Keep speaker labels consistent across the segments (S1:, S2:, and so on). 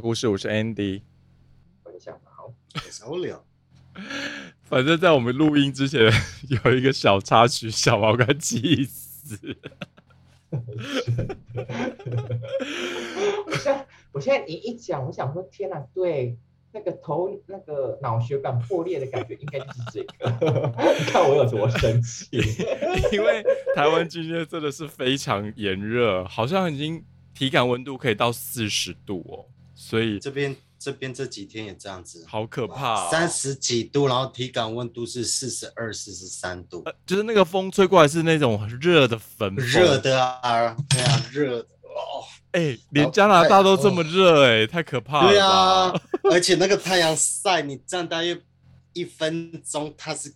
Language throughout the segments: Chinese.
S1: 故事，我是 Andy。
S2: 分享嘛，好，
S3: 小了，
S1: 反正，在我们录音之前 有一个小插曲，小毛快气死。
S2: 我现在我现在你一讲，我想说，天哪、对，那个头那个脑血管破裂的感觉，应该就是这个。你看我有多 生气，
S1: 因为台湾今天真的是非常炎热，好像已经体感温度可以到四十度哦，所以
S3: 这边这边这几天也这样子，
S1: 好可怕、哦。
S3: 三十几度，然后体感温度是四十二、四十三度，
S1: 就是那个风吹过来是那种热的粉风，
S3: 热的啊，对啊，热的哦，
S1: 哎、连加拿大都这么热哎、太可怕了。
S3: 对啊，，而且那个太阳晒，你站大约一分钟，它是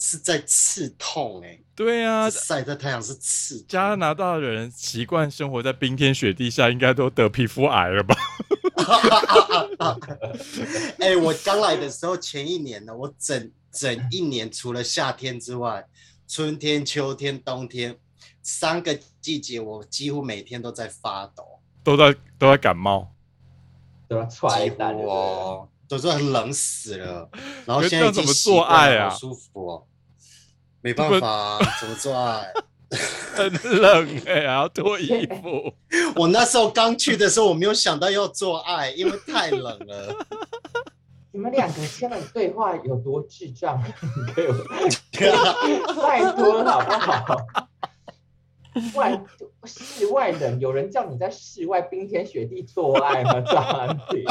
S3: 是在刺痛哎、
S1: 对啊
S3: 欸，，晒在太阳是刺痛，
S1: 加拿大人习惯生活在冰天雪地下，应该都得皮肤癌了吧？
S3: 哎、我刚来的时候，前一年呢，我整整一年除了夏天之外，春天、秋天、冬天三个季节，我几乎每天都在发抖，
S1: 都在都在感冒。
S2: 对吧？踹
S3: 几
S2: 一单，
S3: 乎哦，都是很冷死了。然后
S1: 可是
S3: 现
S1: 这样
S3: 在已
S1: 怎
S3: 经
S1: 么
S3: 习
S1: 做
S3: 惯
S1: 爱
S3: 了
S1: 啊
S3: 好舒服哦，没办法啊、怎么做爱？
S1: 很冷哎、还要脱衣服。
S3: 我那时候刚去的时候，我没有想到要做爱，因为太冷了。
S2: 你们两个现在对话有多智障？你给我啊拜托好不好？外室外冷，有人叫你在室外冰天雪地做爱吗？张安迪，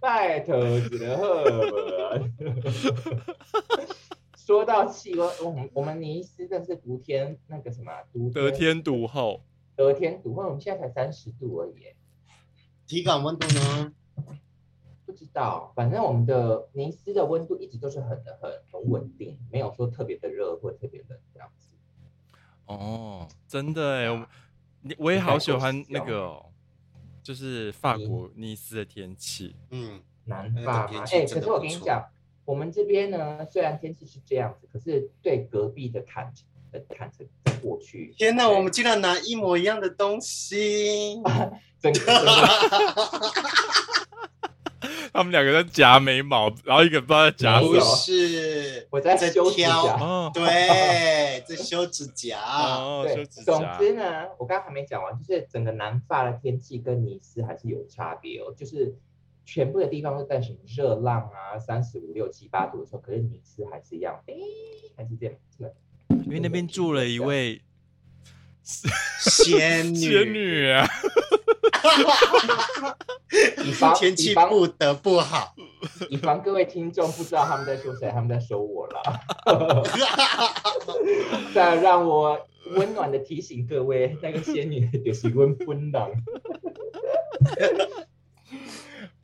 S2: 拜托你了呵。说到气温，我们我们尼斯真是独天那个什么独
S1: 得天独厚，
S2: 得天独厚，我们现在才三十度而已耶。
S3: 体感温度呢？
S2: 不知道，反正我们的尼斯的温度一直都是很很很稳定，没有说特别的热或特别冷这样子。
S1: 哦，真的哎、我你我也好喜欢那个、哦，就是法国尼斯的天气。
S3: 嗯，
S2: 南
S3: 那
S2: 法
S3: 种
S2: 嘛，
S3: 天气
S2: 哎、可
S3: 真的
S2: 是我
S3: 不
S2: 跟你
S3: 错啊
S2: 讲，我们这边呢，虽然天气是这样子，可是对隔壁的坎城、呃坎城过 去，
S3: 天哪，
S2: 对
S3: 我们竟然拿一模一样的 东西。
S2: 整个整个
S1: 他们两个在夹眉毛，然后一个不知道在夹什
S2: 没
S3: 不
S2: 有
S1: 么。
S3: 是，
S2: 我在
S3: 在
S2: 修指
S3: 挑
S2: 甲。
S1: 哦
S3: 对， 在修指甲。
S1: 哦，修
S2: 对，
S1: 指
S2: 总
S1: 甲。
S2: 之呢，我刚刚还没讲完，就是整个南法的天气跟尼斯还是有差别哦，就是全部的地方都在什么热浪啊，三十五六七八度的时候，可是尼斯还是一样，哎，还是这样，这 么
S1: 因为那边住了一位
S3: 仙女，
S1: 仙女啊，
S2: 以防
S3: 天气
S2: 以防
S3: 不得不 好。
S2: 以防各位听众不知道他们在说谁，他们在说我了。 再让我温暖的提醒各位，那个仙女就是温温朗。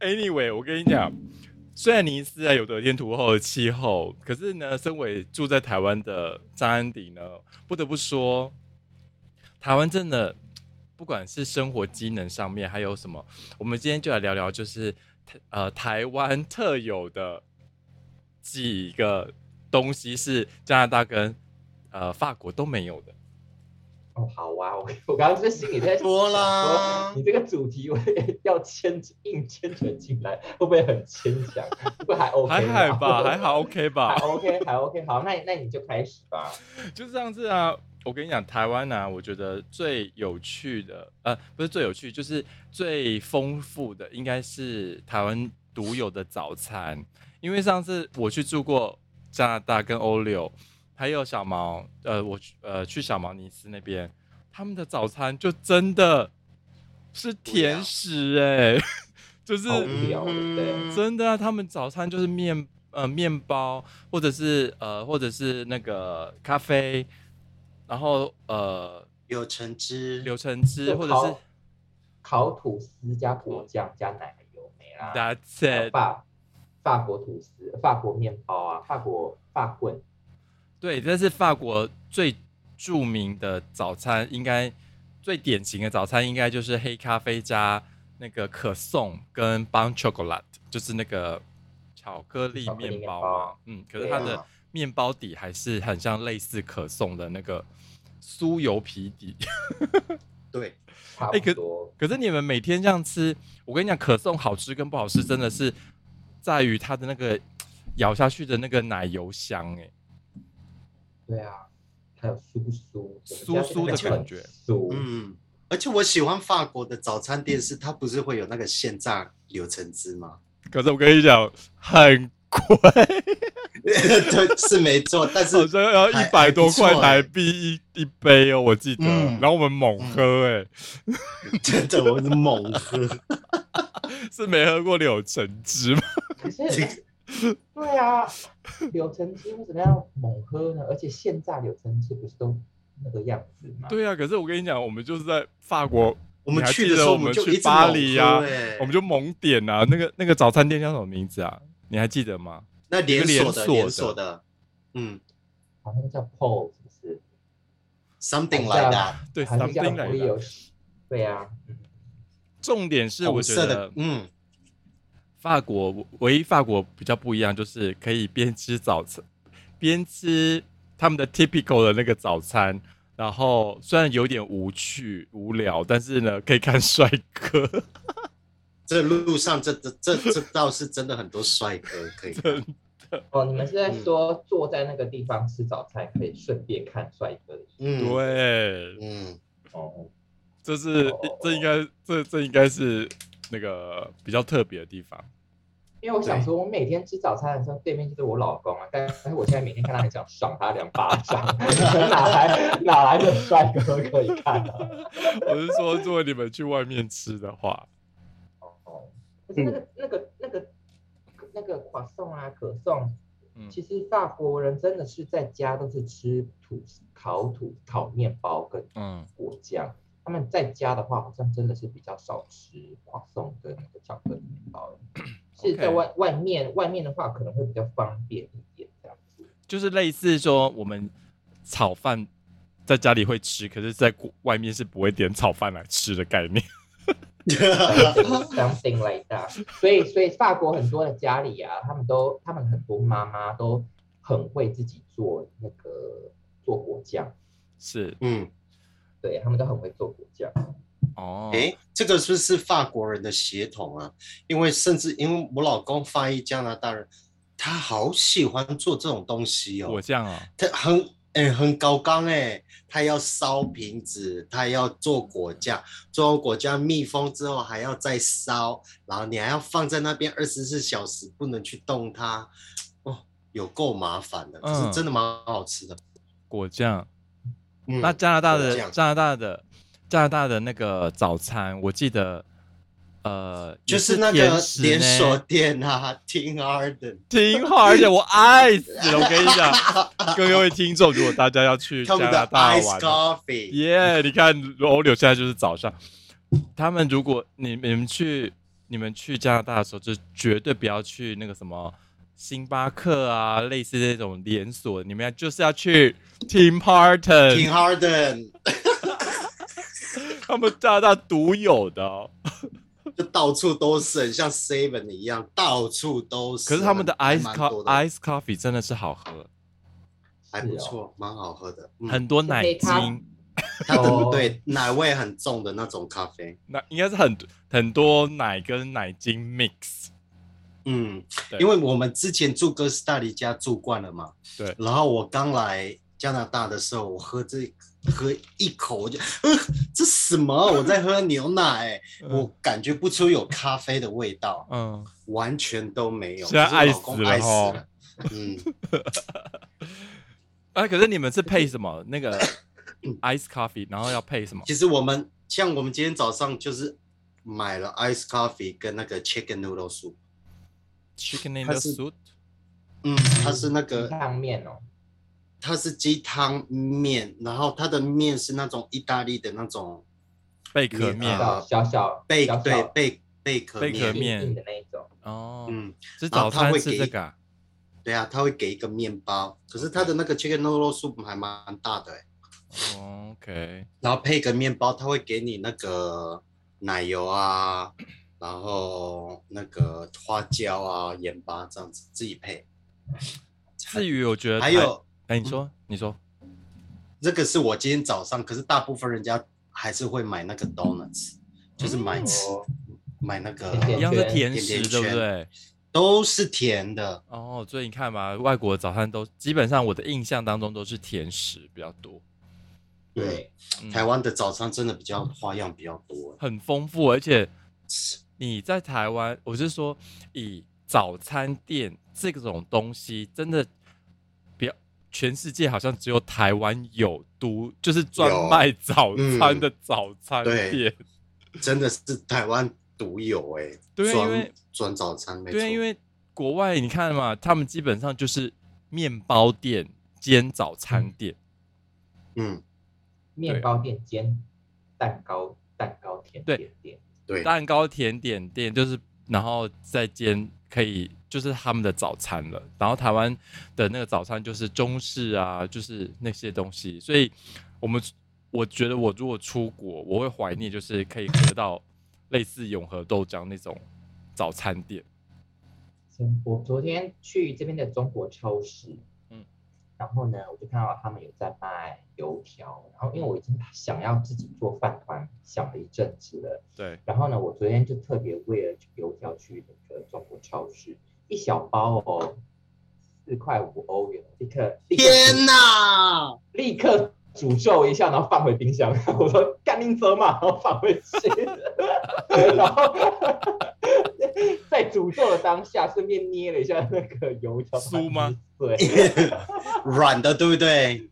S1: Anyway，我跟你讲，虽然尼斯啊有得天独厚的气候，可是呢，身为住在台湾的张安迪呢，不得不说，台湾真的不管是生活机能上面，还有什么，我们今天就来聊聊，就是呃台湾特有的几个东西是加拿大跟呃法国都没有的。
S2: 哦，好啊，我我刚刚是心里在想说
S3: 多啦，
S2: 你这个主题我也要牵硬牵扯进来，会不会很牵强？不过还 OK，
S1: 还
S2: 啦
S1: 好吧，还好，OK 吧
S2: 还，OK，还 OK。好，那那你就开始吧。
S1: 就上次啊，我跟你讲，台湾啊，我觉得最有趣的，呃，不是最有趣，就是最丰富的，应该是台湾独有的早餐。因为上次我去住过加拿大跟欧柳，还有小毛，呃，我去呃去小毛尼斯那边，他们的早餐就真的是甜食哎、 就是
S2: 好无聊对不对
S3: 嗯
S1: 真的啊，他们早餐就是面呃面包，或者是呃或者是那个咖啡，然后呃
S3: 有橙汁，
S1: 柳橙汁，
S2: 就
S1: 或者
S2: 烤
S1: 是
S2: 烤吐司加果酱加奶油没啦，还有
S1: That's it，
S2: 法法国吐司、法国面包啊、法国法棍，
S1: 对，这是法国最著名的早餐，应该最典型的早餐应该就是黑咖啡加那个可颂跟 bon chocolate，就是那个巧克力
S2: 巧克力
S1: 面
S2: 面
S1: 包
S2: 包
S1: 嘛，嗯，可是
S2: 对
S1: 它
S3: 啊
S1: 的面包底还是很像类似可颂的那个酥油皮底。
S3: 对，
S2: 差不多。
S1: 哎可是你们每天这样吃，我跟你讲，可颂好吃跟不好吃，真的是在于它的那个咬下去的那个奶油香、欸，哎，
S2: 对啊，还有酥酥
S1: 酥酥的感觉，
S2: 酥。
S3: 嗯，而且我喜欢法国的早餐店是，它不是会有那个现榨柳橙汁吗？
S1: 可是我跟你讲，很贵，
S3: 对，是没错，但
S1: 好
S3: 是
S1: 像要
S3: 还
S1: 一百多块
S3: 还不错
S1: 台
S3: 欸
S1: 币一一杯哦，我记得。
S3: 嗯
S1: 然后我们猛喝、欸，
S3: 真的我是猛喝，
S1: 是没喝过柳橙汁 吗？
S2: 可是，对啊，柳橙汁为什么要猛喝呢？而且现榨柳橙汁不是都那个样子吗？
S1: 对啊，可是我跟你讲，我们就是在法国，
S3: 我
S1: 你
S3: 们
S1: 还
S3: 去
S1: 记
S3: 的
S1: 得
S3: 时
S1: 我
S3: 候我们
S1: 们
S3: 就
S1: 去
S3: 一直
S1: 巴
S3: 猛
S1: 黎
S3: 喝
S1: 啊
S3: 欸
S1: 我们就猛点啊，那个那个早餐店叫什么名字啊？你还记得吗？
S3: 那连
S1: 连
S3: 锁的
S1: 锁
S3: 连
S1: 的
S3: 锁的，嗯
S2: 好像叫 PO，是不是？
S3: ，something
S2: 好
S3: like
S2: 像
S3: that，
S1: 对，
S2: 还是叫
S1: something
S2: 福利
S1: like
S2: 游
S1: that。
S2: 戏？对啊，嗯
S1: 重点是我
S3: 红
S1: 觉
S3: 色
S1: 得
S3: 的，嗯，
S1: 法国唯一法国比较不一样，就是可以边吃早餐， 边吃他们的 typical 的那个早餐，然后虽然有点无趣无聊，但是呢可以看帅哥，
S3: 这路上这这这这倒是真的很多帅哥 可以看，
S2: 哦，你们是在
S3: 嗯
S2: 说坐在那个地方吃早餐，可以顺便看帅哥的意
S3: 嗯
S1: 对，
S3: 嗯，
S2: 思哦？
S1: 这是这应该这这应该是那个比较特别的地方。
S2: 因为我想说，我每天吃早餐的时候，对面就是我老公啊，但是我现在每天看他，很想赏他两巴掌， 哪来哪来的帅哥可以看啊？
S1: 我是说，如果你们去外面吃的话，
S2: 哦，可是那个那个那个那个垮送啊，可颂，
S1: 嗯，
S2: 其实法国人真的是在家都是吃吐烤吐烤面包跟
S1: 嗯
S2: 果酱，他们在家的话好像真的是比较少吃垮送跟那个巧克力面包，是在
S1: OK
S2: 外外面外面的话可能会比较方便一点这样子。
S1: 就是类似说我们炒饭在家里会吃，可是在外面是不会点炒饭来吃的概念。
S2: something like that。所以，所以法国很多的家里啊，他们都，他们很多妈妈都很会自己做那个做果酱，
S1: 是
S3: 嗯，
S2: 对他们都很会做果酱。
S1: 哦，
S3: 诶，这个是不是法国人的血统啊？因为甚至因为我老公法裔加拿大人，他好喜欢做这种东西哦
S1: 果，酱啊，
S3: 他很诶很高纲诶，他要烧瓶子，他要做果酱，做好果酱密封之后还要再烧，然后你还要放在那边二十四小时，不能去动它，哦，有够麻烦的，可
S1: 嗯
S3: 是真的蛮好吃的。
S1: 果酱。
S3: 嗯，
S1: 那加拿大
S3: 果
S1: 的
S3: 酱
S1: 加拿大的加拿大的那个早餐，我记得，呃，
S3: 就
S1: 也是
S3: 是那
S1: 甜
S3: 个
S1: 食
S3: 连
S1: 呢
S3: 锁店啊，Tim Horton。
S1: 挺好，而且我爱死了。我跟你讲， 各位听众，如果大家要去加
S3: 他们
S1: 拿
S3: 的
S1: 大
S3: ice
S1: 玩的话
S3: coffee，
S1: 耶你看欧柳现在就是早上，他们如果你你们去你们去加拿大的时候，就绝对不要去那个什么星巴克啊，类似这种连锁，你们要就是要去 Tim
S3: Tim
S1: Horton，
S3: Harden
S1: 他们加拿大独有的哦、
S3: 就到处都是，很像 Seven 一样，到处都是。
S1: 可是他们的
S3: 还
S1: ice
S3: 蛮
S1: co
S3: 多的
S1: ice coffee 真的是好喝，
S3: 还不错，蛮好喝的。嗯
S1: 很多奶
S2: 黑咖
S1: 精，
S3: 它的
S2: 哦
S3: 对奶味很重的那种咖啡。
S1: 那应该是很很多奶跟奶精 mix。
S3: 嗯
S1: 对，
S3: 因为我们之前住哥斯达黎加住惯了嘛。
S1: 对
S3: 然后我刚来加拿大的时候，我喝这喝一口我就，呃，这什么？啊我在喝牛奶、 我感觉不出有咖啡的味道。
S1: 嗯，
S3: 完全都没有，
S1: 现在
S3: 可是我
S1: 爱
S3: 老公
S1: 死了
S3: 爱死
S1: 吼
S3: 了。嗯，
S1: 啊，可是你们是配什么？那个 ice coffee，然后要配什么？
S3: 其实我们像我们今天早上就是买了 ice coffee 跟那个 chicken noodle soup，
S1: chicken in
S3: 它
S1: the
S3: 是
S1: soup，
S3: 嗯，它是那个
S2: 烫面哦，
S3: 它是鸡汤面，然后它的面是那种意大利的那种
S1: 贝壳
S3: 面
S1: 面
S3: 啊
S2: 小小小
S3: 贝
S2: 小
S3: 对
S2: 小
S3: 贝贝壳
S1: 贝壳
S3: 面，
S1: 面
S2: 硬硬的那一种，
S1: 哦，
S3: 嗯，
S1: 是
S3: 然
S1: 早
S3: 后它
S1: 餐
S3: 会
S1: 吃
S3: 给
S1: 这个啊
S3: 对啊，它会给一个面包，可是它的那个 chicken noodle soup 还蛮大的、欸，
S1: 哦，OK，
S3: 然后配个面包，它会给你那个奶油啊，然后那个花椒啊、盐巴这样子自己配。
S1: 至于我觉得
S3: 还
S1: 台
S3: 有嗯
S1: 哎，你说，你说，
S3: 这个是我今天早上，可是大部分人家还是会买那个 donuts，就是买吃、买那个
S2: 甜
S1: 一
S2: 点
S1: 样是
S2: 圈
S1: 甜
S3: 甜
S1: 食，
S3: 甜
S1: 对不
S3: 圈
S1: 对？
S3: 都是甜的。
S1: 哦，所以你看嘛，外国早餐都基本上我的印象当中都是甜食比较多，
S2: 对，
S1: 嗯
S3: 台湾的早餐真的比较花样比较 多，
S1: 很丰富，而且你在台湾，我是说以早餐店这种东西，真的比较全世界好像只有台湾有独，就是专
S3: 有
S1: 卖早餐
S3: 嗯
S1: 的早餐
S3: 对
S1: 店。
S3: 真的是台湾独有哎、
S1: 对啊因
S3: 专
S1: 为
S3: 专早餐没错，
S1: 对，因为国外你看嘛，他们基本上就是面包店兼早餐店。
S3: 嗯
S2: 面包店兼蛋糕蛋糕甜
S1: 对
S2: 点店，
S3: 对，
S1: 蛋糕甜点店，就是然后再煎可以就是他们的早餐了。然后台湾的那个早餐就是中式啊，就是那些东西。所以我们我觉得我如果出国，我会怀念就是可以喝到类似永和豆浆那种早餐店。
S2: 嗯，我昨天去这边的中国超市，
S1: 嗯
S2: 嗯，然后呢，我就看到他们有在卖油条，然后因为我已经想要自己做饭团，想了一阵子了，
S1: 对，
S2: 然后呢，我昨天就特别为了油条去那个中国超市，一小包哦，四块五欧元，立刻立刻
S3: 天哪！
S2: 立刻诅咒一下，然后放回冰箱。 我说干你走嘛，然后放回去， 然后 在诅咒的当下，顺便捏了一下那个油条
S1: 酥吗？
S2: 对，
S3: 软的对不对？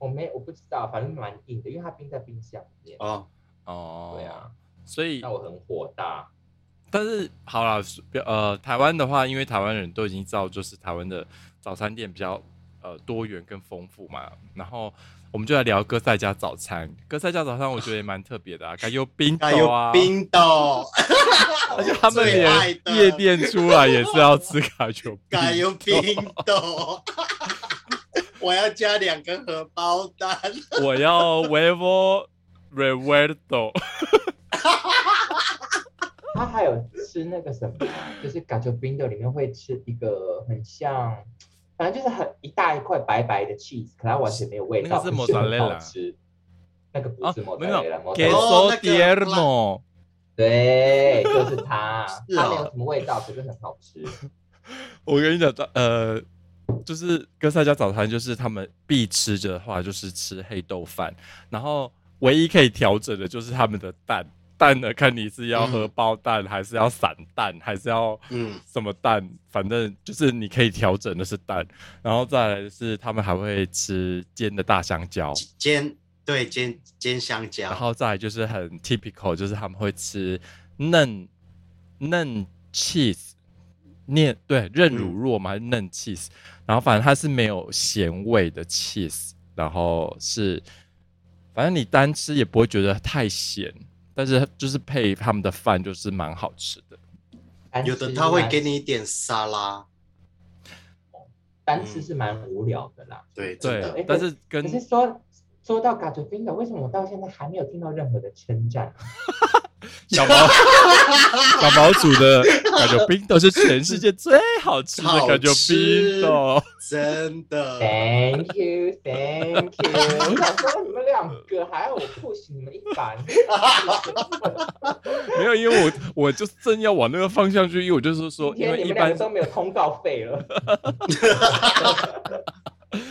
S2: 我没我不知道，反正蛮硬的，因为它冰在冰箱里面。
S3: 哦，
S1: 哦，
S2: 对，啊，
S1: 所以
S2: 那我很火大。
S1: 但是好啦，呃，台湾的话，因为台湾人都已经知道，就是台湾的早餐店比较呃多元跟丰富嘛。然后我们就来聊哥赛家早餐。哥赛家早餐我觉得也蛮特别 的啊，还有冰
S3: 还有
S1: 豆啊，
S3: 冰 豆，
S1: 而且他们
S3: 最爱
S1: 连
S3: 的
S1: 夜店出来也是要吃卡丘 冰。
S3: 还有冰豆， 我要加两个荷包蛋。
S1: 我要 Wevo
S3: 哦
S1: Reverdo，
S2: 他还有吃那个什么，就是感觉冰的里面会吃一个很像，反正就是很一大一块白白的 cheese，可它完全没有味道，
S1: 那个是
S2: 可很
S1: mozzarella
S2: 好吃。那个不
S1: 啊
S2: 是莫
S1: 没
S2: 扎
S1: 有
S2: 雷拉，莫扎
S1: q u e so
S2: 雷拉
S3: 哦那个，
S1: tierno。
S2: 对，就是它
S3: 是
S2: 它
S3: 哦
S2: 没有什么味道，可是很好吃。
S1: 我跟你讲，呃，就是哥赛家早餐，就是他们必吃的话，就是吃黑豆饭，然后唯一可以调整的就是他们的蛋。蛋呢？看你是要荷包蛋，还是要散蛋，还是要
S3: 嗯
S1: 什么蛋？反正就是你可以调整的是蛋，然后再来是他们还会吃煎的大香蕉，
S3: 煎对煎煎香蕉，
S1: 然后再来就是很 typical，就是他们会吃嫩嫩 cheese，念对嫩乳
S3: 嗯
S1: 酪嘛，还是嫩 cheese，然后反正它是没有咸味的 cheese，然后是反正你单吃也不会觉得太咸，但是就是配他们的饭就是蛮好吃的。
S2: 单
S3: 有
S2: 吃
S3: 的
S2: 是
S3: 他会
S2: 蛮
S3: 给，你一点沙拉，
S2: 单吃是蛮无聊的啦。
S3: 对，真的
S1: 对
S2: 哎，
S1: 但是跟
S2: 可是说说到嘎觉冰的，为什么我到现在还没有听到任何的称赞？
S1: 小毛小毛煮的感觉冰豆是全世界最好吃的感觉冰
S3: 好吃
S1: 豆。
S3: 真的，
S2: Thank you, thank you。我想说你们两个还要我 push 你们一 把，你
S1: 没有，因为我我就正要往那个方向去，因为我就是说，
S2: 今
S1: 因
S2: 天
S1: 为
S2: 你
S1: 一
S2: 们两
S1: 般
S2: 个都没有通告费 了，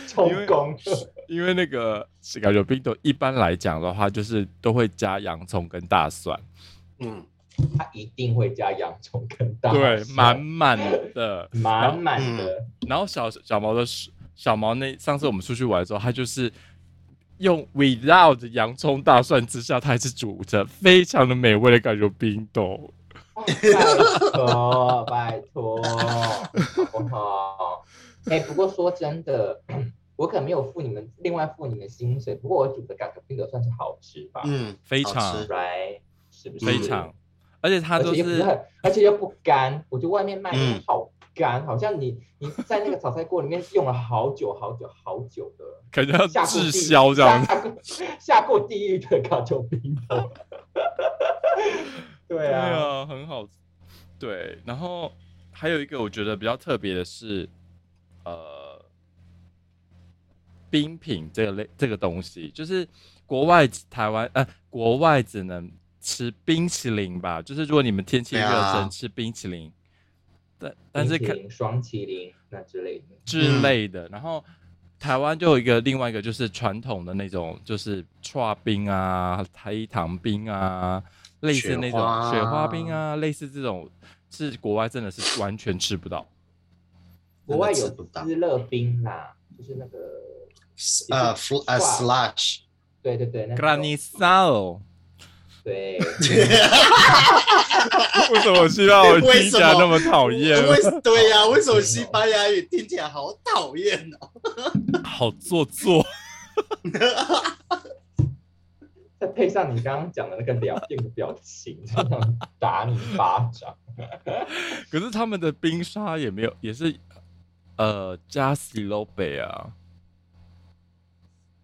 S2: 充公。
S1: 因为那个感觉冰豆一般来讲的话，就是都会加洋葱跟大蒜，
S3: 嗯，
S2: 他一定会加洋葱跟大
S1: 对，满
S2: 蒜
S1: 满的。
S2: 满满的，
S1: 然后小小毛的小毛那上次我们出去玩的时候，他就是用 without 洋葱大蒜之下，他还是煮着非常的美味的感觉冰豆。
S2: 哦拜托哦拜托，好不好？哎，不过说真的，我可能没有付你们另外付你们薪水，不过我煮的感觉冰的算是好吃吧
S3: 嗯，
S1: 非
S3: 好
S1: 常
S3: 吃
S2: ？Right？是不是？嗯
S1: 非常，而且它
S2: 而
S1: 都
S2: 且又不
S1: 是
S2: 是很，而且又不干。我觉得外面卖的
S3: 嗯
S2: 好干，好像你你在那个炒菜锅里面用了好久好久好久的，
S1: 感觉要
S2: 下过
S1: 滞
S2: 地
S1: 销这样子。
S2: 下过下过地狱的咖喱冰头。对
S1: 对
S2: 啊，
S1: 啊，很好。对，然后还有一个我觉得比较特别的是，呃，冰品这个类这个东西，就是国外台湾呃，国外只能吃冰淇淋吧？就是如果你们天气热，
S3: 对啊
S1: 只能吃冰淇淋。但但是
S2: 冰
S1: 可
S2: 淇淋双麒麟那之类的，
S1: 之类的。然后台湾就有一个另外一个就是传统的那种，就是串冰啊、黑糖冰啊，类似那种
S3: 雪花
S1: 雪花冰啊，类似这种是国外真的是完全吃不到。
S2: 国外有
S3: 真的吃不到
S2: 滋乐冰啦，就是那个，
S3: 呃，fl 呃 slush，
S2: 对对对，那
S1: g r a
S2: 种
S1: n i z a o
S2: 对，
S1: 为什么需 要我
S3: 为
S1: 听起
S3: 什
S1: 来
S3: 么
S1: 那么讨厌？
S3: 为对 呀、为什么西班牙语听起来好讨厌哦？
S1: 好做作。
S2: 再配上你刚刚讲的那个聊天的表情， 这样打你巴掌。
S1: 可是他们的冰沙也没有，也是呃加西洛北啊，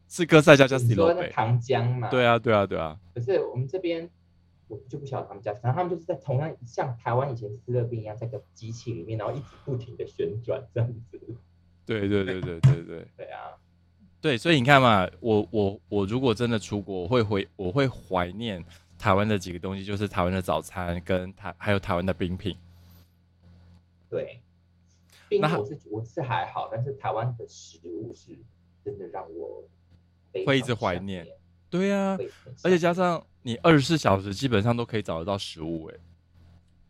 S1: 是哥塞加加西
S2: 你说
S1: 洛
S2: 那
S1: 北。
S2: 糖浆嘛，
S1: 对啊，对啊，对啊，
S2: 可是我们这边我就不晓得他们家，然后他们就是在同样像台湾以前吃乐冰一样，在一个机器里面，然后一直不停的旋转这样子。
S1: 对对对对对对。
S2: 对啊，
S1: 对，所以你看嘛，我我我如果真的出国，我会回我会怀念台湾的几个东西，就是台湾的早餐跟台还有台湾的冰品。
S2: 对。冰
S1: 那
S2: 我是我是还好，但是台湾的食物是真的让我非
S1: 会一
S2: 常
S1: 直怀
S2: 想
S1: 念
S2: 念，
S1: 对呀、
S2: 会很
S1: 而且
S2: 想
S1: 加上你二十四小时基本上都可以找得到食物、欸，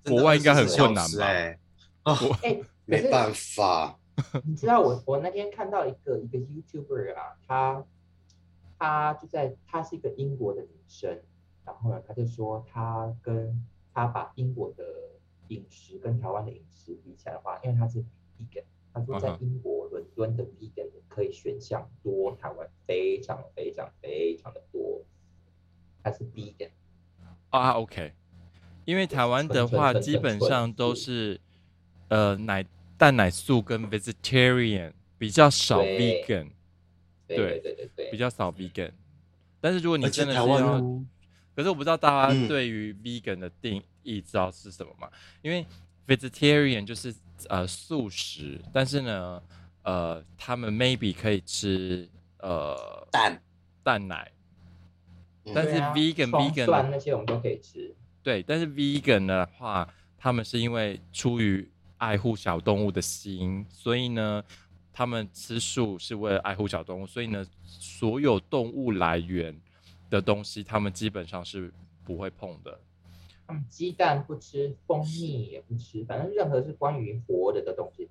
S3: 真的
S1: 国外应该很
S3: 24
S1: 困难吧
S3: 小时哎、哦，
S2: 哎、
S3: 没
S2: 可是
S3: 办法，
S2: 你知道我我那天看到一个一个 YouTuber 啊，她她就在她是一个英国的女生，然后呢，她就说她跟她把英国的饮食跟台湾的饮食比起来的话，因为她是 vegan，她说在
S1: 嗯哼
S2: 英国伦敦的 vegan 的可以选项多，台湾非常非常非常的多，她是 vegan，
S1: 啊，OK，因为台湾的
S2: 纯纯
S1: 话
S2: 纯
S1: 基
S2: 纯
S1: 本
S2: 纯
S1: 上都
S2: 素
S1: 是呃奶蛋奶素跟 vegetarian 比较少
S2: 对
S1: vegan，对
S2: 对对对对对，
S1: 比较少 vegan。但是如果你
S3: 而且
S1: 真的是
S3: 台湾
S1: 要可是我不知道大家
S3: 嗯
S1: 对于 vegan 的定义知道是什么嘛？因为 vegetarian 就是呃素食，但是呢，呃，他们 maybe 可以吃呃
S3: 蛋，
S1: 蛋奶，
S3: 嗯
S1: 但
S2: 对
S1: 是
S2: 啊
S1: vegan
S2: 葱
S1: vegan
S2: 蒜
S1: 的
S2: 那些我们都可以吃，
S1: 对，但是 vegan 的话，他们是因为出于爱护小动物的心，所以呢，他们吃素是为了爱护小动物，所以呢，所有动物来源的东西，他们基本上是不会碰的。
S2: 他们嗯鸡蛋不吃，蜂蜜也不吃，反正任何是关于活的的东西，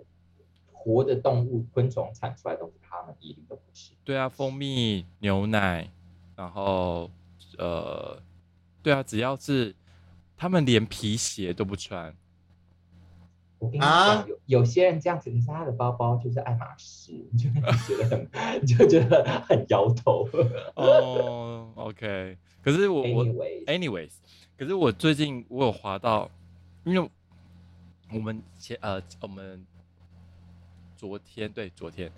S2: 活的动物、昆虫产出来的东西，他们一律都不吃。
S1: 对啊，蜂蜜、牛奶，然后呃，对啊，只要是他们连皮鞋都不穿，
S2: 我跟你讲，
S3: 啊
S2: 有有些人这样子，你知道他的包包就是爱马仕， 你就会觉得很， 你就觉得很摇头。
S1: 哦，OK。可是
S2: 哎
S1: 我我
S2: anyway，
S3: 哎
S1: anyways，可是我最近我有滑到，因为我们前呃我们昨天对昨天，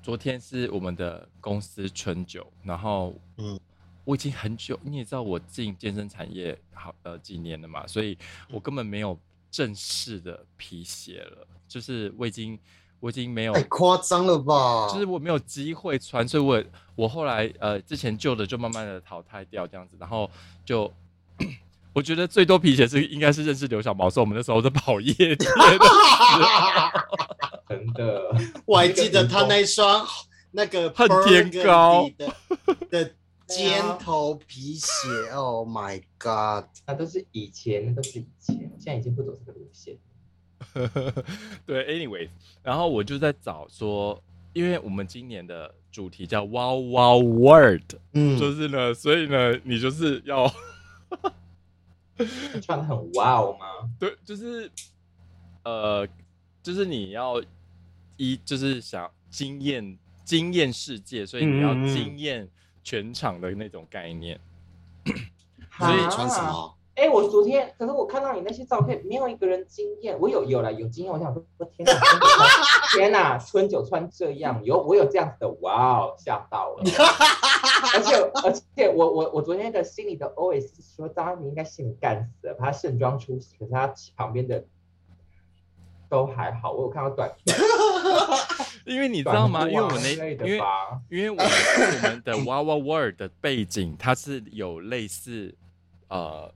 S1: 昨天是我们的公司春酒，然后
S3: 嗯
S1: 我已经很久你也知道我进健身产业好呃几年了嘛，所以我根本没有正式的皮鞋了，就是我已经我已经没有
S3: 太夸张了吧？
S1: 哦 就是我没有机会穿，所以我我后来呃之前旧的就慢慢的淘汰掉这样子，然后就 我觉得最多皮鞋是应该是认识刘小毛，是我们那时候在跑夜店 的
S2: 真的，
S3: 我还记得他那一双那个
S1: 恨天高
S3: burgundy 的 的尖头皮 鞋，Oh my God！
S2: 那都是以前，那都是以前，现在已经不走这个路线。
S1: 对，anyways，然后我就在找说，因为我们今年的主题叫 Wow Wow World，、就
S3: 嗯，
S1: 是呢，所以呢，你就是要
S2: 你穿的很哇哦吗？
S1: 对，就是呃，就是你要一就是想惊艳惊艳世界，所以你要
S3: 嗯嗯嗯
S1: 惊艳全场的那种概念。
S3: 那你穿什
S2: 啊
S3: 么？
S2: 哎、我昨天，可是我看到你那些照片，没有一个人惊艳。我有有了有惊艳，我想说，我天哪，春九穿天哪，春九穿这样，有我有这样子的，哇哦，吓到 了。而且而且我我我昨天的心里的 OS 是说，张安妮应该心里干死了，她盛装出席，可是她旁边的都还好，我有看到短短啊
S1: 因为你知道吗？因为我那
S2: 之类
S1: 因
S2: 的
S1: 为
S2: 吧，
S1: 因为我我们的娃娃 Word 的背景，它是有类似呃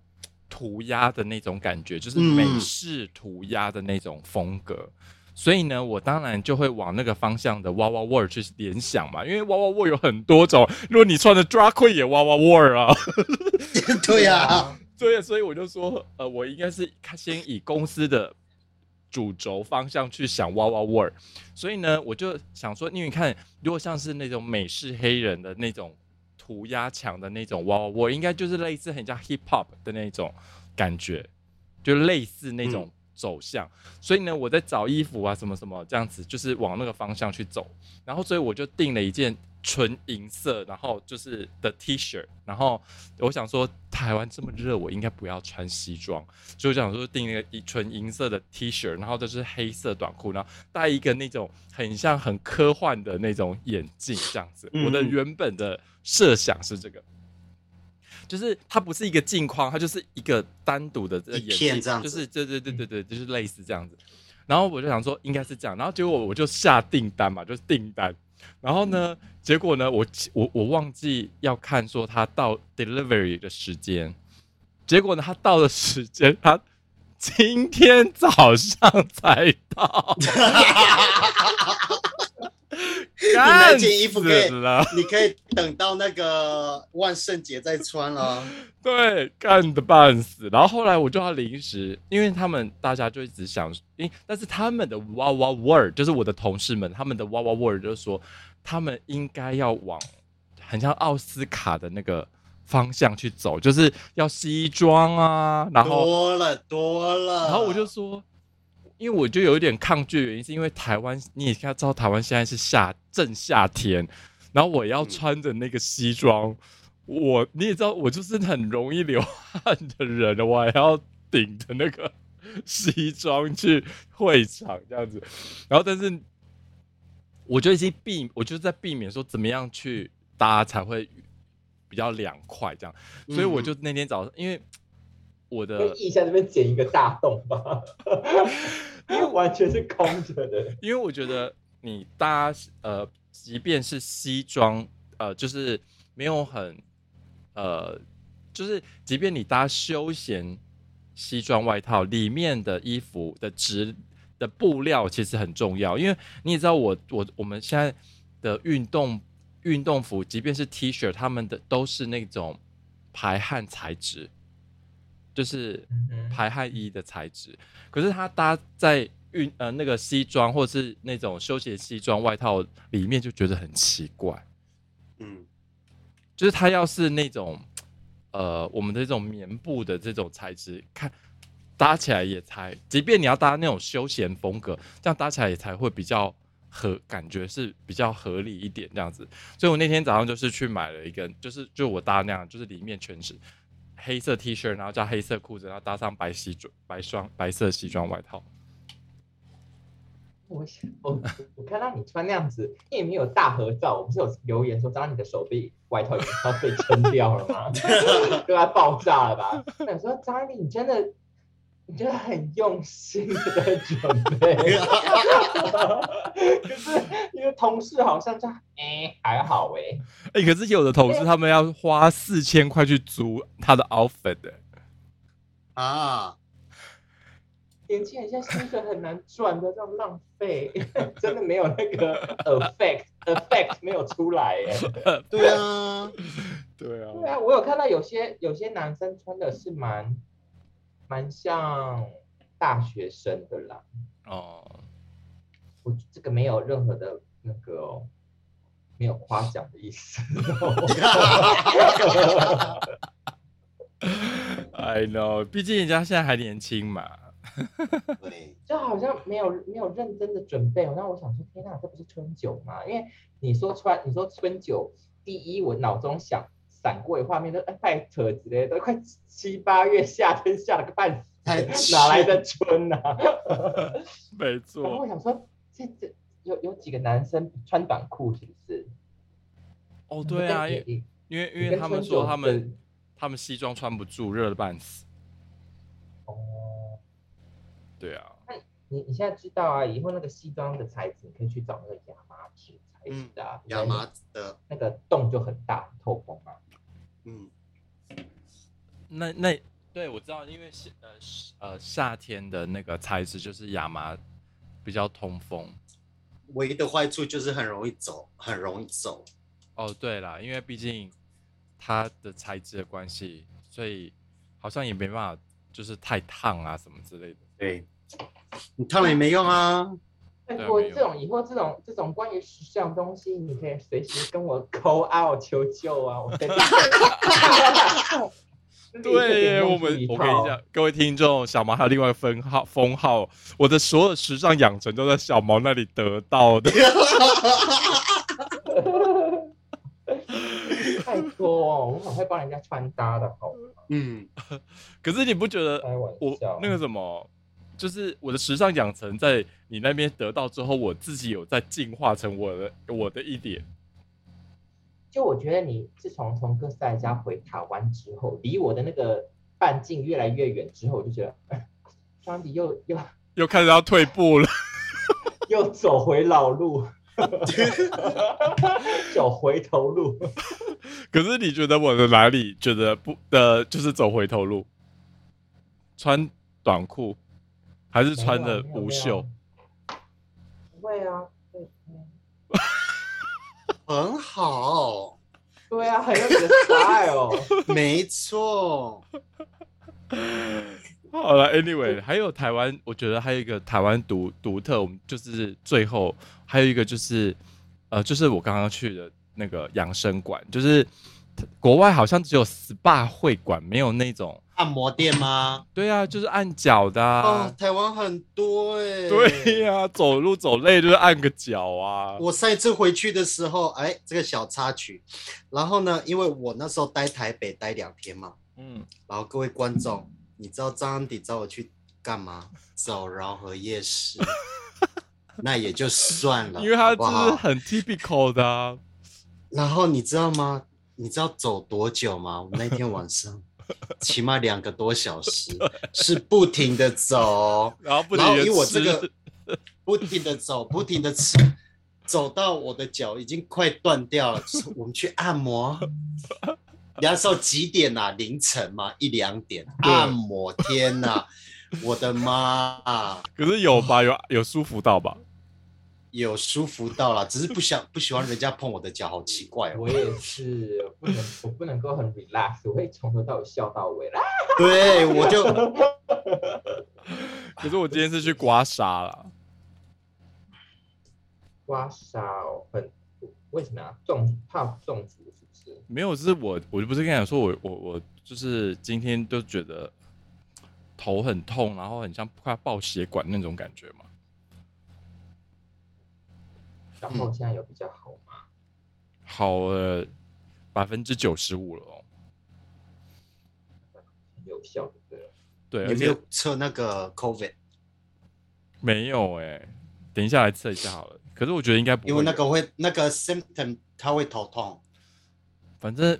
S1: 涂鸦的那种感觉，就是
S3: 嗯
S1: 美式涂鸦的那种风格。所以呢，我当然就会往那个方向的娃娃 Word 去联想嘛，因为娃娃 Word 有很多种，如果你穿的 drag queen 也娃娃 Word 啊，
S3: 对啊，
S1: 对，所以我就说，呃，我应该是先以公司的主轴方向去想哇哇 word，所以呢，我就想说，因为你看，如果像是那种美式黑人的那种涂鸦墙的那种哇哇 word，应该就是类似很像 hip hop 的那种感觉，就类似
S3: 嗯
S1: 那种走向。所以呢，我在找衣服啊，什么什么这样子，就是往那个方向去走。然后所以我就订了一件纯银色，然后就是的 T 恤，然后我想说台湾这么热，我应该不要穿西装，所以我想说订了一个一纯银色的 T 恤，然后就是黑色短裤，然后戴一个那种很像很科幻的那种眼镜，这样子。
S3: 嗯
S1: 我的原本的设想是这个。就是它不是一个镜框，它就是一个单独的这个
S3: 一
S1: 眼
S3: 片
S1: 镜
S3: 这样
S1: 就
S3: 子
S1: 是对对对对对，就是类似这样子。然后我就想说应该是这样，然后结果我就下订单嘛，就是订单。然后呢，
S3: 嗯
S1: 结果呢，我我我忘记要看说他到 delivery 的时间，结果呢，他到的时间他今天早上才到， 你
S3: 那件衣服可以
S1: 了，
S3: 你可以等到那个万圣节再穿啊了。
S1: 对，干的半死。然后后来我就要临时，因为他们大家就一直想，因但是他们的哇哇 word 就是我的同事们，他们的哇哇 word 就是说，他们应该要往很像奥斯卡的那个方向去走，就是要西装啊，然后
S3: 多了多了，
S1: 然后我就说，因为我就有一点抗拒，原因是因为台湾，你也知道台湾现在是夏正夏天，然后我要穿着那个西装，我你也知道我就是很容易流汗的人了，我还要顶着那个西装去会场这样子，然后但是我就已经避，我就在避免说怎么样去搭才会比较凉快这样，所以我就那天早上，因为我的
S2: 就腋下这边剪一个大洞 吧，因为完全是空着的。
S1: 因为我觉得你搭呃，即便是西装，呃，就是没有很呃，就是即便你搭休闲西装外套，里面的衣服的质的布料其实很重要，因为你也知道我我我们现在的运动运动服，即便是 T 恤，他们的都是那种排汗材质，就是
S2: 嗯
S1: 排汗衣的材质，可是它搭在运呃那个西装或是那种休闲西装外套里面就觉得很奇怪，
S3: 嗯，
S1: 就是它要是那种呃我们的这种棉布的这种材质，看搭起来也才，即便你要搭那种休闲风格，这样搭起来也才会比较合，感觉是比较合理一点这样子。所以我那天早上就是去买了一个，就是就我搭那样，就是里面全是黑色 T 恤，然后加黑色裤子，然后搭上白西装、白双、白色西装外套。
S2: 我想我哦我看到你穿那样子，因为你有大合照，我不是有留言说，当你的手臂外套已经要被撑掉了吗？ 对啊，爆炸了吧？那你说张力，你真的，你真的很用心的在准备， 可是你的同事好像就哎、还好哎、
S1: 哎、可是有的同事他们要花四千块去租他的 outfit 的、
S3: 啊，
S2: 年轻人现在薪水很难赚，不要这样浪费， 真的没有那个 effect effect 没有出来哎、
S3: 对 啊，
S1: 对啊
S2: 对啊，我有看到有些有些男生穿的是蛮蛮像大学生的啦，
S1: 哦，
S2: 我这个没有任何的那个、哦、没有夸奖的意思、
S1: I know，毕竟人家现在还年轻嘛。
S3: 对，
S2: 就好像没有没有认真的准备哦。那我想说，天哪，这不是春酒吗？因为你说穿你说春酒，第一我脑中想闪过的画面都哎太扯之类的，都快七八月夏天吓了个半
S3: 太
S2: 死，哪来的春啊？
S1: 没
S2: 然后我，想说，这这有有几个男生穿短裤是不是？
S1: 哦对啊，因
S2: 也
S1: 为
S2: 也
S1: 因为因为他们说他们他们西装穿不住，热的半死。
S2: 哦，
S1: 对啊，
S2: 你你现在知道啊，以后那个西装的材质，你可以去找那个亚麻纸材质
S1: 嗯
S2: 的啊，
S3: 亚麻的，
S2: 那个洞就很大，很透风啊。
S3: 嗯，
S1: 那那对我知道，因为是呃是呃夏天的那个材质就是亚麻比较通风。
S3: 唯一的坏处就是很容易走，很容易走。
S1: 哦，对啦，因为毕竟它的材质的关系，所以好像也没办法，就是太烫啊什么之类的。
S3: 对，你烫了也没用啊。
S2: 拜
S1: 对啊
S2: 托，
S1: 没有
S2: 哎这种以后这种这种关于时尚的东西，你可以随时跟我 call out 求救啊！我跟你讲
S1: 对耶， 我
S2: 立刻给弄出
S1: 们
S2: 一
S1: 我跟
S2: 套
S1: 你讲，各位听众，小毛还有另外一个分号封号，我的所有时尚养成都在小毛那里得到 的。
S2: 拜托哦，我很会帮人家穿搭的，好
S3: 嗯，
S1: 可是你不觉得
S2: 开玩
S1: 我
S2: 笑。
S1: 那个什么，就是我的时尚养成在你那边得到之后，我自己有在进化成我的我的一点。
S2: 就我觉得你自从从哥斯达黎加回台湾之后，离我的那个半径越来越远之后，我就觉得张迪又又
S1: 又开始要退步了，
S2: 又走回老路，走回头路。
S1: 可是你觉得我的哪里觉得不的，就是走回头路，穿短裤还是穿的
S2: 没有啊
S1: 无袖？。
S2: 没有没有不会啊，对嗯
S3: 很好，
S2: 对啊，很有你的 style。
S3: 没错。
S1: 好了，Anyway，还
S3: 嗯
S1: 有台湾，我觉得还有一个台湾独独特，我们就是最后还有一个就是，呃，就是我刚刚去的那个养生馆，就是国外好像只有 SPA 会馆，没有那种，
S3: 按摩店吗？
S1: 对啊，就是按脚的、啊
S3: 哦，，台湾很多哎、
S1: 对、呀、走路走累就是按个脚啊，
S3: 我上一次回去的时候，哎，这个小插曲。然后呢，因为我那时候待台北待两天嘛，
S1: 嗯，
S3: 然后各位观众，你知道张安迪找我去干嘛？走饶河夜市， 那也就算了，
S1: 因为它
S3: 好不
S1: 就是
S3: 好？
S1: 很 typical 的、啊，
S3: 然后你知道吗？你知道走多久吗？我那天晚上起码两个多小 时，是不停的走，哦
S1: 然后不
S3: 然后
S1: 停
S3: 因
S1: 的
S3: 为我这
S1: 吃，
S3: 个不停的走，不停的吃，走到我的脚已经快断掉了。就是我们去按摩，那时候几点啊？凌晨嘛，一两点
S1: 对
S3: 按摩，天哪！我的妈啊，
S1: 可是有吧，有有舒服到吧？
S3: 有舒服到了，只是不想不喜欢人家碰我的脚，好奇怪哦。
S2: 我也是，我不能我不能够很 relax，我会从头到尾笑到尾啦。
S3: 对，我就
S1: 可是我今天是去刮痧啦。
S2: 刮痧哦，很为什么啊？中怕中毒是不是？
S1: 没有，就是我，我就不是跟你讲说我，我我就是今天就觉得头很痛，然后很像快要爆血管那种感觉嘛。
S2: 然
S1: 嗯
S2: 后现在有比较好吗？
S1: 好了，百分之九十五了哦。
S2: 很有效，对不对？
S1: 对，
S3: 有
S1: 而
S3: 没
S1: 且
S3: 有测那个 COVID？
S1: 没有哎、等一下来测一下好了。可是我觉得应该不会，
S3: 因为那个会那个 symptom 它会头痛。
S1: 反正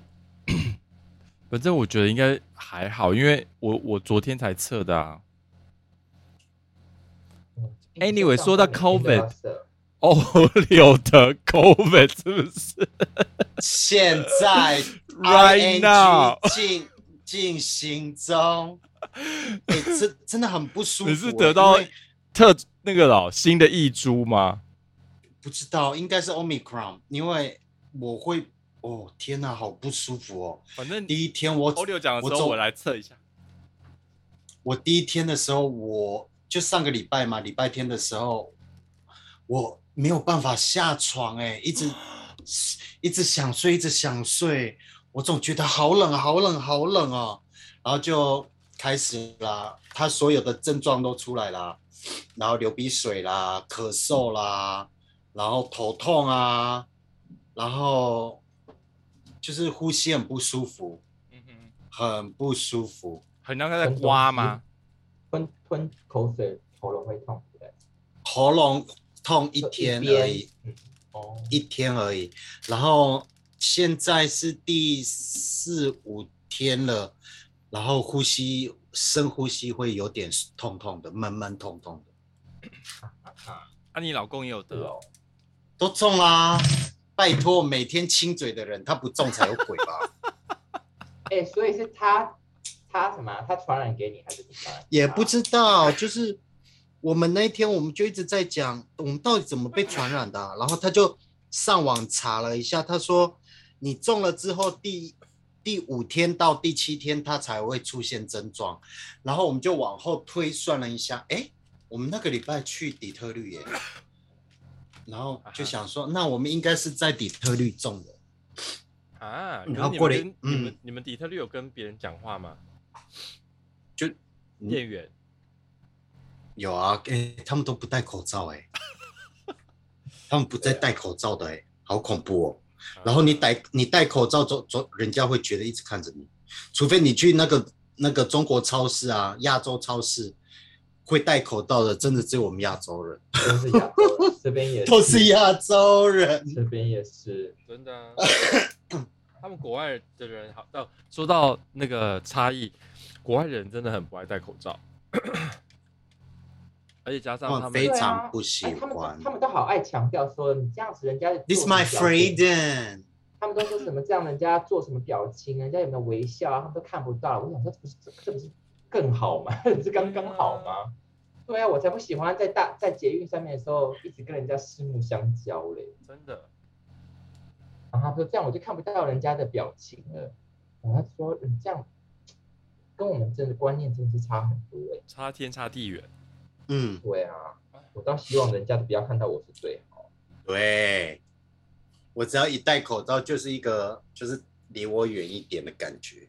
S1: 反正我觉得应该还好，因为我我昨天才测的啊。
S2: 嗯
S1: Anyway，说到 COVID
S2: 我
S1: 哦，有的 COVID 是不是
S3: 现在
S1: ？Right now，
S3: ING 进进 行中。哎、这真的很不舒服、
S1: 你是得到
S3: 欸因为
S1: 特那个老新的一株吗？
S3: 不知道，应该是 Omicron，因为我会哦，天哪、好不舒服哦！
S1: 反正
S3: 第一天我
S1: 欧六讲的时
S3: 我
S1: 候，
S3: 走
S1: 我来测一下。
S3: 我第一天的时候，我就上个礼拜嘛，礼拜天的时候，我没有办法下床、哎，一直一直想睡，一直想睡，我总觉得好冷，好冷，好冷哦，然后就开始啦，他所有的症状都出来啦，然后流鼻水啦，咳嗽啦，然后头痛啊，然后就是呼吸很不舒服，
S1: 嗯哼，
S3: 很不舒服。
S1: 很像他在刮吗？
S2: 吞吞口水，喉咙会痛，对不对？
S3: 喉咙痛一
S2: 就
S3: 天
S2: 边
S3: 而已，。
S2: 嗯，哦，
S3: 一天而已。然后现在是第四五天了，然后呼吸深呼吸会有点痛痛的，闷闷痛痛的。
S1: 啊，你老公也有得
S2: 对
S1: 哦，
S2: 哦，
S3: 都中啦、拜托，每天亲嘴的人，他不中才有鬼吧？
S2: 哎，所以是他他什么啊？他传染给你还是你传染给他？
S3: 也不知道，就是我们那一天我们就一直在讲，我们到底怎么被传染的啊、然后他就上网查了一下，他说你中了之后第第五天到第七天他才会出现症状，然后我们就往后推算了一下，哎，我们那个礼拜去底特律耶，然后就想说，那我们应该是在底特律中的。
S1: 啊，可
S3: 嗯
S1: 是
S3: 然后
S1: 你
S3: 过
S1: 们
S3: 了一
S1: 跟你们
S3: 嗯
S1: 你们底特律有跟别人讲话吗？
S3: 就
S1: 店员
S3: 有啊，诶、他们都不戴口罩诶，他们不再戴口罩的诶，好恐怖哦。
S1: 啊
S3: 然后你戴你戴口罩，走走，人家会觉得一直看着你，除非你去那个那个中国超市啊、亚洲超市，会戴口罩的，真的只有我们亚洲人，
S2: 都是亚洲人，这边也
S3: 都是亚洲人。
S2: 这边也是，
S1: 真的 啊、他们国外的人好到说到那个差异，国外人真的很不爱戴口罩， 而且加上他
S3: 我
S1: 们
S3: 非
S2: 对啊
S3: 常不喜
S2: 哎，他们都
S3: 欢。
S2: 他们都好爱强调说你这样子，人家
S3: This is
S2: 做
S3: my
S2: 什么表情
S3: freedom。
S2: 他们都说什么这样，人家做什么表情，人家有没有微笑啊，他们都看不到。我想说，这不是这这不是更好吗？ 这不是刚刚好吗？对啊，我才不喜欢在大在捷运上面的时候一直跟人家四目相交嘞。
S1: 真的
S2: 然后他说这样我就看不到人家的表情了。然后他说嗯这样跟我们真的观念真的是差很多哎、
S1: 差天差地远。
S3: 嗯，
S2: 对啊，我倒希望人家都不要看到我是最好。
S3: 对，我只要一戴口罩，就是一个就是离我远一点的感觉。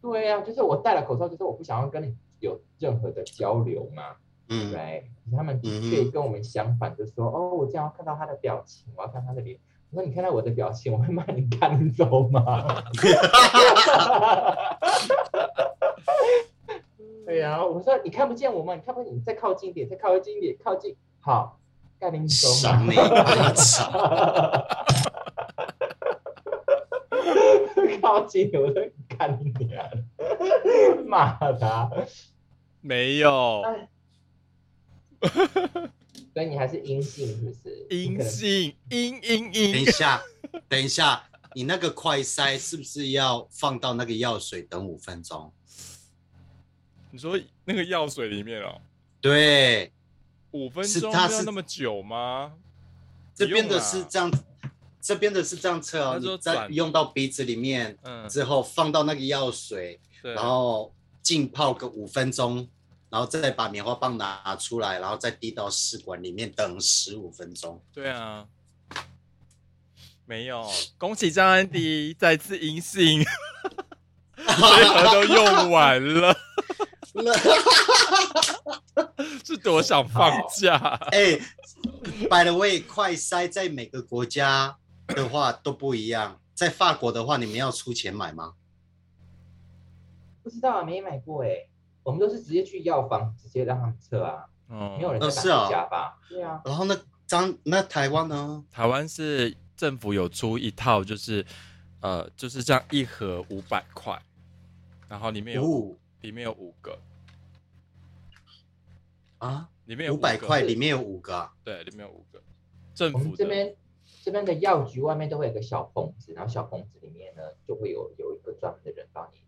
S2: 对啊，就是我戴了口罩，就是我不想要跟你有任何的交流嘛。
S3: 嗯，
S2: 对，可是他们
S3: 嗯哼
S2: 却跟我们相反，就说、哦，我这样要看到他的表情，我要看他的脸。我说你看到我的表情，我会骂你干走吗？ 对呀、我说你看不见我吗？你看不见，你再靠近一点，再靠近一点，靠近，好，干你走
S3: 赏
S2: 吗？
S3: 你一巴掌。
S2: 靠近，我说你干你娘，骂他。
S1: 没有
S2: 哎所以你还是阴性是不是？你
S1: 阴
S2: 可能
S1: 性阴阴
S3: 等一
S2: 哎
S1: 阴，
S3: 下，等一下，你那个快塞是不是要放到那个药水等五分钟？
S1: 你说那个药水里面哦，
S3: 对，
S1: 五分
S3: 是
S1: 钟
S3: 它
S1: 要
S3: 是
S1: 那么久吗？
S3: 这边的
S1: 不用
S3: 是
S1: 啦
S3: 这样，这边的是这样测
S1: 他
S3: 哦，
S1: 说
S3: 你再
S1: 转
S3: 用到鼻子里面
S1: 嗯，
S3: 之后，放到那个药水，
S1: 对，
S3: 然后浸泡个五分钟，然后再把棉花棒拿出来，然后再滴到试管里面等十五分钟。
S1: 对啊，没有，恭喜张安 迪再次阴性，这一盒都用完 了，是多想放假？
S3: 哎、by the way，快塞在每个国家的话都不一样。在法国的话，你们要出钱买吗？
S2: 不知道啊，没买过哎、我们都是直接去药房直接让他们测啊，没有
S1: 嗯，
S2: 人在
S3: 哦
S2: 打
S3: 是啊
S2: 家吧？对啊，
S3: 然后那张那台湾呢？
S1: 台湾是政府有出一套，就是呃，就是这样一盒五百块，然后里面有、
S2: 哦
S3: 五
S1: 里面有五个，
S3: 啊，
S1: 里面有
S3: 五
S1: 个
S3: 百块里面有五个啊、
S1: 对，里面有五个政
S2: 我们
S1: 府
S2: 这
S1: 的。
S2: 边这边的药局外面都会有个小棚子，然后小棚子里面呢就会有有一个专门的人帮你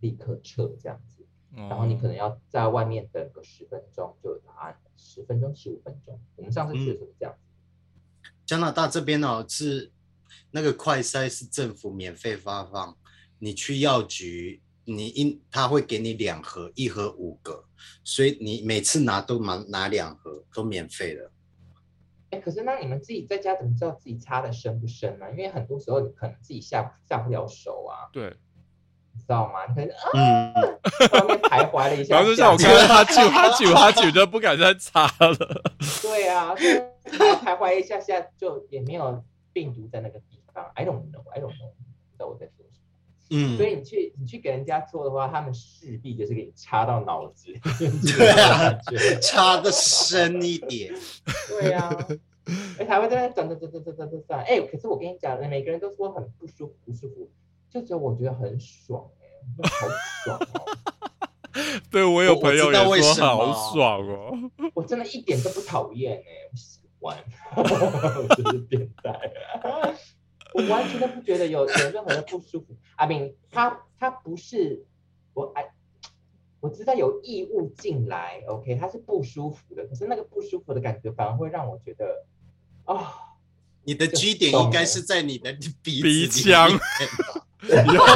S2: 立刻测这样子，
S1: 然
S2: 然后你可能要在外面等个十分钟就有答案，十分钟十五分钟。我们上次去的时候是这样子，
S3: 加拿大这边哦是那个快筛是政府免费发放，你去药局，你一他会给你两盒，一盒五个，所以你每次拿都拿拿两盒，都免费的。
S2: 哎、可是那你们自己在家怎么知道自己擦的深不深呢、因为很多时候你可能自己下下不了手啊，
S1: 对，
S2: 你知道吗？你可能啊
S3: 嗯，
S2: 在外面徘徊了 一下，
S1: 然后就像我
S2: 这
S1: 刚
S2: 样
S1: 刚他酒他酒他酒就不敢再擦了。
S2: 对啊，所以徘徊一下下就也没有病毒在那个地方。I don't know, I don't know，不知道我在说什么。所
S3: 嗯，
S2: 以你去你去给人家做的话，他们势必就是给你插到脑子。
S3: 对啊
S2: 对
S3: 插的深一点。
S2: 对啊， 而且还会在那转转转转转转转转。哎、可是我跟你讲，每个人都说很不舒服不舒服，就只有我觉得很爽哎、我觉得好爽哦。
S1: 对我有
S3: 我
S1: 朋友
S3: 知道为
S1: 也说
S3: 什么
S1: 好爽哦，
S2: 我真的一点都不讨厌哎、我喜欢，我就是变态， 我完全都不觉得有有任何的不舒服。阿明，他他不是我哎，我知道有异物进来，OK，他是不舒服的，可是那个不舒服的感觉反而会让我觉得啊、
S3: 你的 G 点应该是在你的鼻
S1: 鼻
S3: 子里面
S1: 腔，以后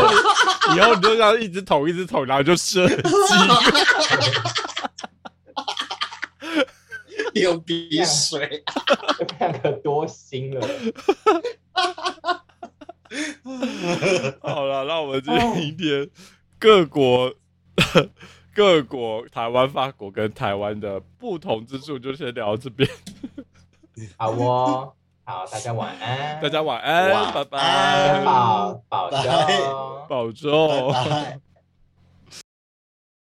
S1: 你以后你就这样一直捅一直捅，然后就射击，
S3: 流鼻水。
S2: 我们两个多心了。
S1: 好了，那我们今天各国 各国台湾、法国跟台湾的不同之处，就先聊到这边。
S2: 好哦，好，大家晚安，
S1: 大家晚安，
S3: 晚
S1: 拜
S3: 安
S1: 拜，
S2: 保保
S3: 拜
S2: 重。
S1: 保
S3: 拜
S1: 重。
S3: 拜